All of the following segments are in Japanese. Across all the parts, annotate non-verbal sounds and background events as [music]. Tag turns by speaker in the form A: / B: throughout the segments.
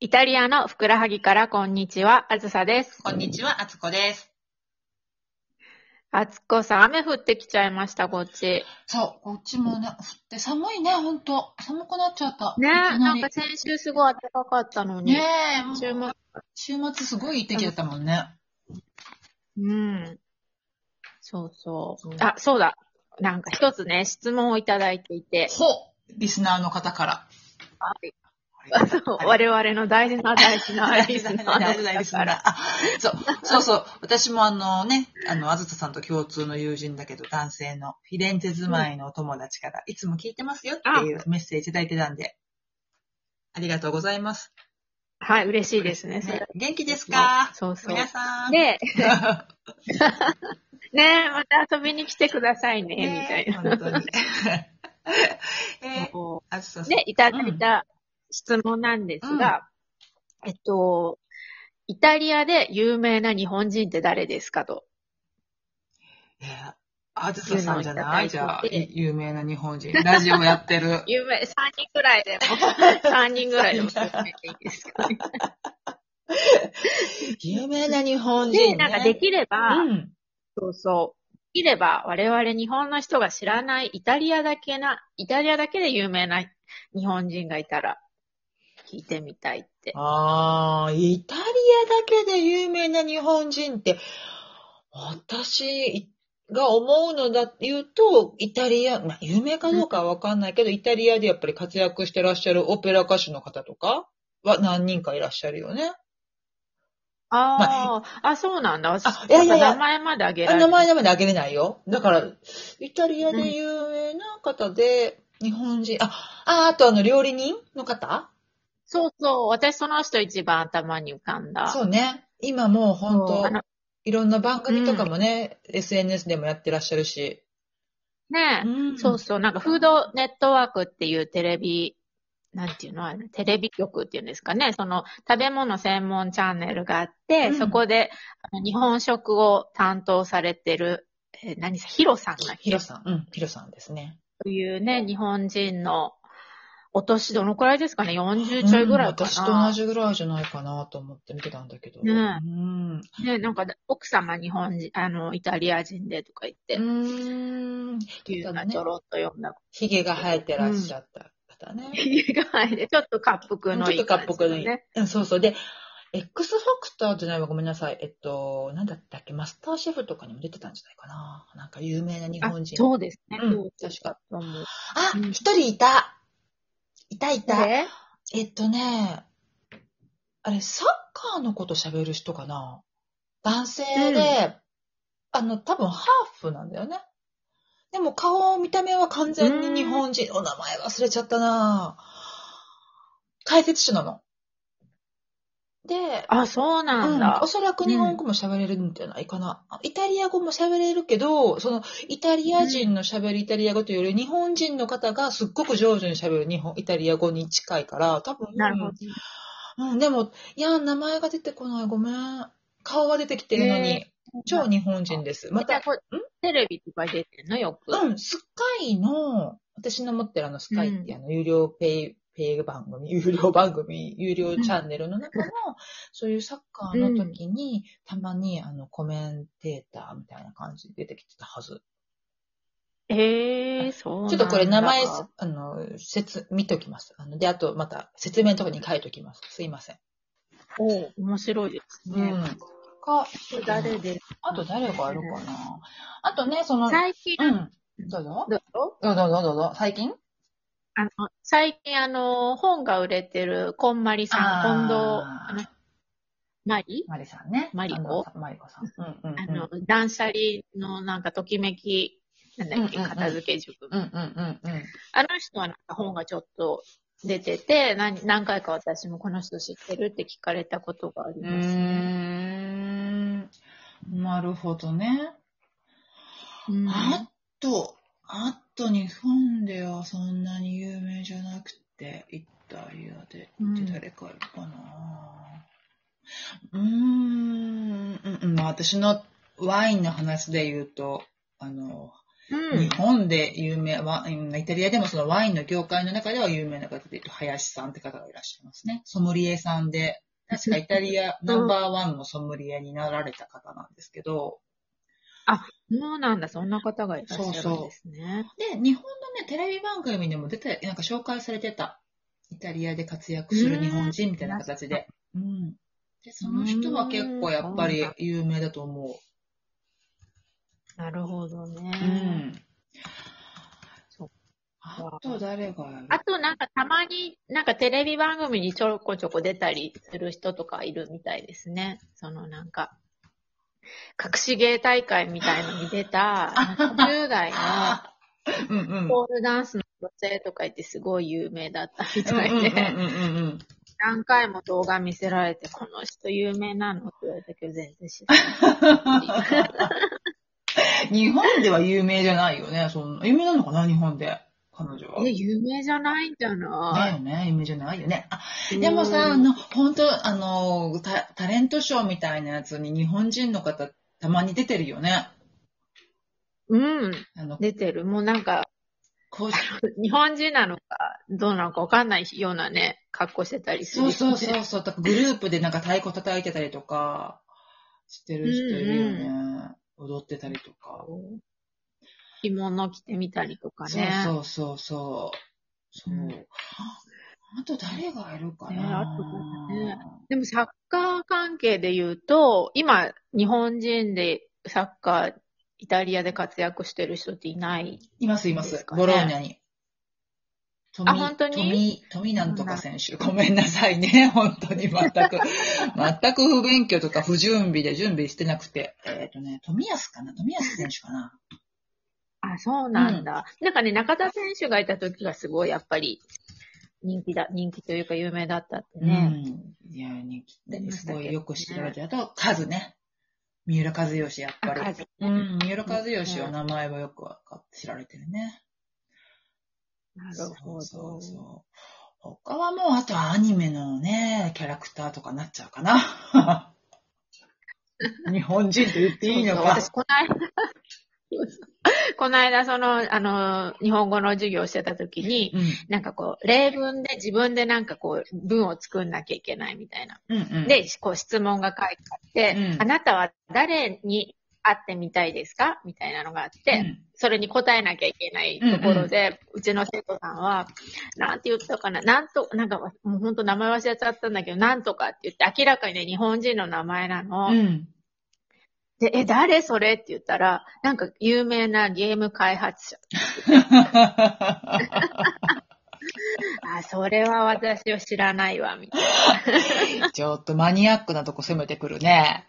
A: イタリアのふくらはぎからこんにちは、あずさです。
B: こんにちは、あつこです。
A: あつこさん、雨降ってきちゃいました、こっち。
B: そう、こっちもね、降って寒いね、ほんと。寒くなっちゃった。
A: ねえ、
B: いきな
A: なん
B: り
A: か先週すごい暖かかったのに。
B: ねえ、もう
A: 週末。
B: 週末すごいいい天気だったもんね。
A: うん。そうそう
B: う。ん
A: あ、そうだ。なんか一つね、質問をいただいていて。
B: ほリスナーの方から。
A: [laughs] そう我々の大事な大事
B: [laughs]
A: なリスナー
B: 大事な
A: だ
B: リス
A: か
B: ナー
A: ら。
B: あそう、そうそう。私もあのね、あの、あずとさんと共通の友人だけど、男性のフィレンツェ住まいのお友達から、いつも聞いてますよっていうメッセージいただいてたんで、ありがとうございます。
A: はい、嬉しいですね。それ
B: ね元気ですか
A: そうそう。
B: 皆さん。 [laughs]
A: で、ねえ、また遊びに来てくださいね、みたいな。
B: 本当
A: [laughs]
B: に。えー、
A: こ
B: あずさ
A: う
B: さん。
A: で、いただいた質問なんですが、えっと、イタリアで有名な日本人って誰ですかと。
B: えーあずささんじゃない
A: って
B: じ
A: いうのをいた
B: ゃあ、
A: だいて
B: い有名な日本人。ラジオやってる。
A: [laughs] 有名、3人くらいで [laughs] も、3人くらいでも教えていいですか、ね、
B: 有名な日本人、
A: で、
B: ね。
A: なんかできれば、
B: うん。
A: そうそう。できれば、我々日本の人が知らないイタリアだけな、イタリアだけで有名な日本人がいたら、聞いてみたいって。
B: ああ、イタリアだけで有名な日本人って、私が思うのだって言うと、イタリア、まあ、有名かどうかはわかんないけど、イタリアでやっぱり活躍してらっしゃるオペラ歌手の方とかは何人かいらっしゃるよね。
A: ああ、あ、そうなんだ。
B: あいやいやいや
A: 名前まであげら
B: あ
A: れ
B: 名
A: る。
B: 前ダメであげれないよ。だから、イタリアで有名な方で、日本人、あ、あ、あとあの、料理人の方
A: そうそう。私その人一番頭に浮かんだ。
B: そうね。今もう本
A: そうあの
B: 当、いろんな番組とかもね、SNS でもやってらっしゃるし。
A: ねえ、
B: うん
A: そうそう。なんかフードネットワークっていうテレビ、なんていうのあれテレビ局っていうんですかね。その食べ物専門チャンネルがあって、
B: うん
A: そこであの日本食を担当されてる、えー何さん、ヒロさんが
B: ヒロさん。うん、ヒロさんですね。
A: というね、日本人のお年どのくらいですかね ?40 ちょいぐらいかな。
B: うん私と同じぐらいじゃないかなと思って見てたんだけど。
A: ね
B: うん。
A: ね、なんか、奥様日本人、あの、イタリア人でとか言って、
B: う
A: っ
B: ん。
A: ていうの
B: だ
A: は
B: ね
A: ちょろっと読んだ。
B: 髭が生えてらっしゃった方ね。
A: 髭が生えて、ちょっと滑覆のい
B: ちょ
A: い
B: っと
A: 感
B: かっ
A: じ
B: ぽ
A: の
B: くいい
A: ね。。
B: うん、そうそう。で、X ファクターじゃないわ、ごめんなさい。えっと、なんだったっけ、マスターシェフとかにも出てたんじゃないかな。なんか有名な日
A: あ
B: 本、人。
A: そうですね。
B: うん
A: そう
B: 確か。
A: そう思う
B: あ
A: うん
B: 一人いた。いたいた。
A: で、
B: えっとね、あれ、サッカーのこと喋る人かな。男性で、あの、多分ハーフなんだよね。でも顔、見た目は完全に日本人。お名前忘れちゃったな解説者なの。で、
A: あ、そうなんだ
B: お。そらく日本語も喋れるんじゃないかな。イタリア語も喋れるけど、その、イタリア人の喋るイタリア語というより、日本人の方がすっごく上手に喋る日本、イタリア語に近いから、多分、
A: なるほど。
B: うん、でも、いや、名前が出てこない、ごめん。顔は出てきてるのに、超日本人です。ま
A: また、
B: た、
A: これテレビとか出てんのよく。
B: うん、スカイの、私の持ってるあの、スカイっていうあの、有料ペイ、ペイ番組、有料番組、有料チャンネルの中の、そういうサッカーの時に、たまにあの、コメンテーターみたいな感じで出てきてたはず。
A: ええー、そうなんだ。
B: ちょっとこれ名前、あの、説、見ときます。あの、で、あとまた説明のとかに書いときます。すいません。
A: お面白いです
B: う
A: ね。
B: ん。か、
A: 誰です
B: あと誰がいるかなあとね、その、
A: 最近、
B: うん。どうぞ。
A: どうぞ
B: どうぞどうぞどうぞ。最近
A: あの、最近あの、本が売れてる、こんまりさん、
B: あー
A: 近藤、あの、まり
B: マリさんね。
A: マリコ
B: あのマリコさん。うんうん、
A: あ
B: うん。
A: の、断捨離のなんかときめき、なんだっけ、
B: うんうんうん
A: 片付け塾。
B: うんうんうんうん。
A: あの人はなんか本がちょっと出てて、何何回か私もこの人知ってるって聞かれたことがあり
B: う
A: ますね。
B: ーん。なるほどね。
A: うん
B: あと、あと日本ではそんなに有名じゃなくて、イタリアでって誰かいるかなうーん、うんうん、まあ私のワインの話で言うと、あの、
A: う
B: 日本で有名、ワインイタリアでもそのワインの業界の中では有名な方で言うと、林さんって方がいらっしゃいますね。ソムリエさんで、確かイタ [laughs] リアナンバーワンのソムリエになられた方なんですけど、
A: そうなんだ、そんな方がいらっしゃるんですね。
B: で、日本のね、テレビ番組にも出て、なんか紹介されてた、イタリアで活躍する日本人みたいな形で。うん。で、その人は結構やっぱり有名だと思う。
A: なるほどね。
B: うん。
A: そっ
B: あと誰がやる
A: あとなんかたまに、なんかテレビ番組にちょこちょこ出たりする人とかいるみたいですね。そのなんか、隠し芸大会みたいのに出た、なんか10代
B: [laughs]
A: の
B: あうん [laughs] うん。
A: ポールダンスの女性とか言ってすごい有名だったみたいで、
B: うんうんうんうんうん。
A: 何回も動画見せられて、この人有名なのって言われたけど全然知ら
B: [laughs]
A: ない。
B: 日本では有名じゃないよね。そん有名なのかな日本で。彼女は。
A: え、
B: だ
A: 有名じゃないんじゃな
B: よね。有名じゃないよね。あ、
A: い
B: でもさ、あ
A: うん
B: の、本当あのタ、タレントショーみたいなやつに日本人の方、たまに出てるよね。
A: うん、
B: あの、
A: 出てる。もうなんか、
B: こう、
A: 日本人なのか、どうなのかわかんないようなね、格好してたりする
B: そ
A: よ
B: う
A: ね。
B: そうそうそう。だからグループでなんか太鼓叩いてたりとか、してる人いるよね。踊ってたりとか。
A: 着物着てみたりとかね。
B: そうそうそうそう。そう。
A: うん
B: あと誰がいるかな、
A: ねあと誰ねでもサッカー関係で言うと、今、日本人でサッカー、イタリアで活躍してる人っていない。
B: います、いま
A: です
B: す。
A: かね
B: ボローニャに。富
A: あ本当に
B: 富、富なんとか選手。ごめんなさいね。 [laughs] 本当に全く、全く不勉強とか不準備で準備してなくて。えっ、とね、富安かな富安選手かな
A: あ、そうなんだ。なんかね、中田選手がいた時がすごい、やっぱり、人気だ、人気というか有名だったってね。
B: うん。いや、に
A: 出まし
B: す
A: たけど
B: ご
A: ね
B: いよく知られて、あと、カズね。三浦和義、やっぱり。
A: あカズ
B: うん、三浦和義は名前はよくわかって知られてるね。
A: なるほど。
B: そうそうそう。他はもう、あとはアニメのね、キャラクターとかなっちゃう
A: [laughs]
B: かな。日本人と言っていいのか
A: そうそう私、。この間、 [laughs] この間、その、あの、日本語の授業をしてた時に、
B: うん
A: なんかこう、例文で自分でなんかこう、文を作んなきゃいけないみたいな。
B: うんうん、
A: で、こう質問が書いてあって、
B: うん
A: あなたは誰に会ってみたいですかみたいなのがあって、それに答えなきゃいけないところで、うちの生徒さんは、なんて言ったかな、なんと、なんか、もう本当名前忘れちゃったんだけど、なんとかって言って、明らかにね、日本人の名前なの。
B: うん、うん。
A: で、え、誰それって言ったら、なんか有名なゲーム開発
B: [laughs]
A: 者。あ、それは私を知らないわ、みたい
B: ちょっとマニアックなとこ攻めてくるね。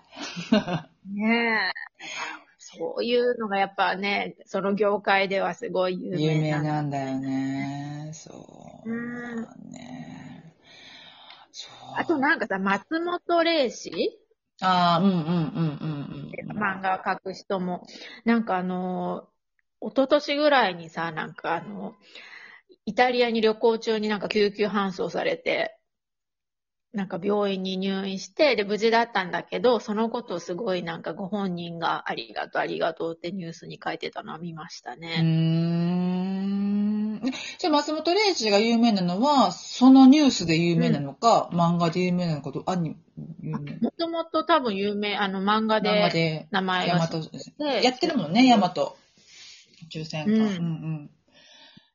A: な。ねえそういうのがやっぱね、その業界ではすごい有
B: 有
A: 名
B: 名
A: な。
B: なんだよね。そう。
A: うん
B: ね。そう。
A: あとなんかさ、松本零士
B: ああ、うんうんうんうんうん。
A: 漫画を描く人も、なんかあのー、一昨年ぐらいにさ、なんかあの、イタリアに旅行中になんか救急搬送されて、なんか病院に入院して、で、無事だったんだけど、そのことをすごいなんかご本人がありがとう、ありがとうってニュースに書いてたのは見ました
B: うー
A: ね。
B: ん。じゃあ、松本零士が有名なのは、そのニュースで有名なのか、漫画で有名なのかと、アニメ、有名
A: もともと多分有名、あの漫画
B: 漫画
A: で
B: で、
A: 名前
B: ヤ
A: が
B: マ
A: 知っ
B: ト、
A: て、
B: やってるもんね、ヤマト。抽選か。
A: う
B: うんんうん。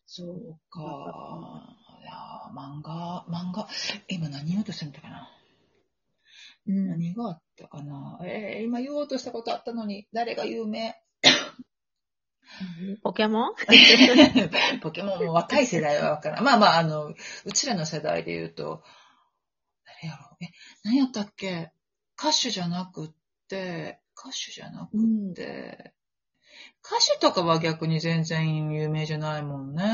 B: そうか。いやー漫画、漫画、今何言おうとしてんのかな
A: うん。
B: 何があったかなえー、今言おうとしたことあったのに、誰が有名
A: ポケモン
B: [laughs] ポケモンも若い世代はわからん。まあまあ、あの、うちらの世代で言うと、誰やろうえ、何やったっけ歌手じゃなくって、歌手じゃなく
A: うん
B: って、歌手とかは逆に全然有名じゃないもんね。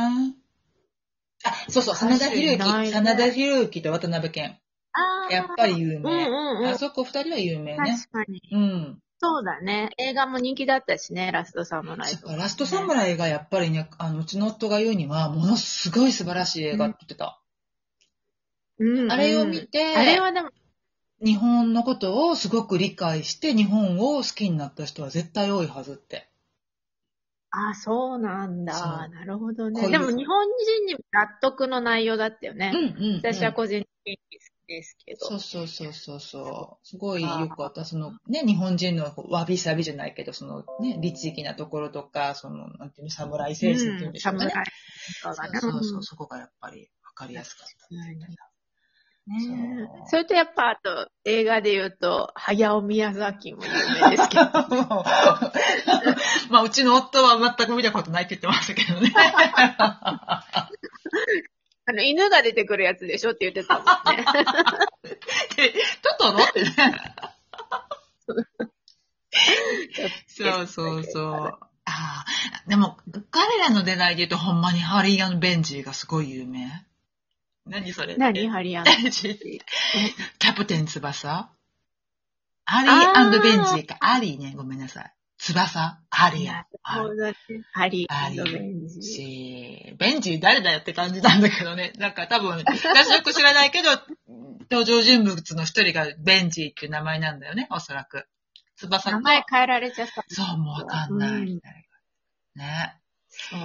B: あ、そうそう、真田広
A: 歌手いないね
B: 之、真田広之と渡辺謙。
A: あー
B: やっぱり有
A: うんう
B: 名。
A: んうん
B: あ。そこ二人は有名ね。
A: 確かに。
B: うん。
A: そうだね。映画も人気だったしね、ラストサムライ
B: そっ
A: と
B: か、
A: か。
B: ラストサムライがやっぱりね、あの、うちの夫が言うには、ものすごい素晴らしい映画って言ってた。
A: うん
B: あれを見て、
A: あれはでも、
B: 日本のことをすごく理解して、日本を好きになった人は絶対多いはずって。
A: あ、そうなん
B: そ
A: だ。
B: う
A: なるほど
B: こうい
A: ね。
B: う
A: でも日本人にも納得の内容だったよね。
B: うんうん、うん。
A: 私は個人的に好きですけど。
B: そうそうそうそうそう。すごいよくあった。そのね、日本人のこうわびさびじゃないけど、そのね、律儀なところとか、その、なんていうの、侍精神っていうんでしょうかね。
A: 侍とかな
B: そうそうそうう、
A: ん
B: そこがやっぱりわかりやすかったっていうか
A: ね
B: そう [laughs]
A: それとやっぱ、あと、映画で言うと、早尾宮崎も有名ですけど。
B: もう [laughs] まあ、うちの夫は全く見たことないって言ってましたけどね。
A: あの、犬が出てくるやつでしょって言ってたもんね。
B: でトトロってね。そうそうそう。ああー、でも、彼らの出代で言うと、ほんまにハリーベンジーがすごい有名。何それ
A: 何ハリアン。
B: ベンジー [laughs] キャプテン翼ハリーベンジーか。アリーね、ごめんなさい。翼ハリー。ハ
A: そうだねハリ
B: ハ
A: ー
B: リ
A: と
B: ー
A: ベンジ。
B: し、ベンジ誰だよって感じなんだけどね。なんか多分、私よく知らないけど、登場人物の一人がベンジーっていう名前なんだよね、おそらく。翼
A: 名
B: と。
A: 前変えられちゃった。
B: そう、もうわかんない。
A: うん
B: ね。
A: そう。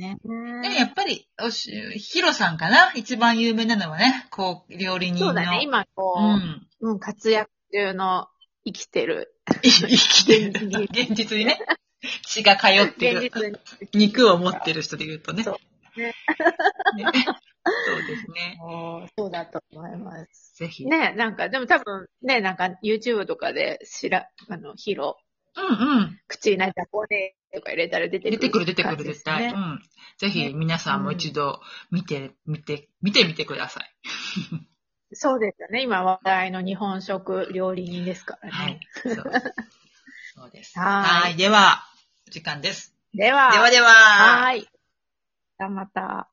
A: ね。
B: でもやっぱり、おし、ヒロさんかな一番有名なのはね、こう、料理人の。
A: そうだね。今、こう、
B: うん。 [laughs]
A: うん、活躍中の生きてる。
B: い生きてる。
A: 現
B: 現実にね。血が通って
A: 現
B: る。
A: 実に。
B: 肉を持ってる人で言うとね。
A: そう
B: ねねそうですね。
A: そうだと思います。
B: ぜひ。
A: ねなんか、でも多分、ねなんか YouTube とかで、しら、あの、ヒロ、
B: うんうん。
A: 口になったこれとか入れたら出てくる、
B: 出てくる出てくる絶対。う
A: ね、
B: ん。ぜひ皆さんも一度見て、見て、見てみてください。
A: そうですよね。今話題の日本食料理人ですからね。
B: はい。 [laughs] そうそうです。
A: はい
B: はい。では、時間です。
A: では、
B: ではでは。
A: はーい。じゃあまた。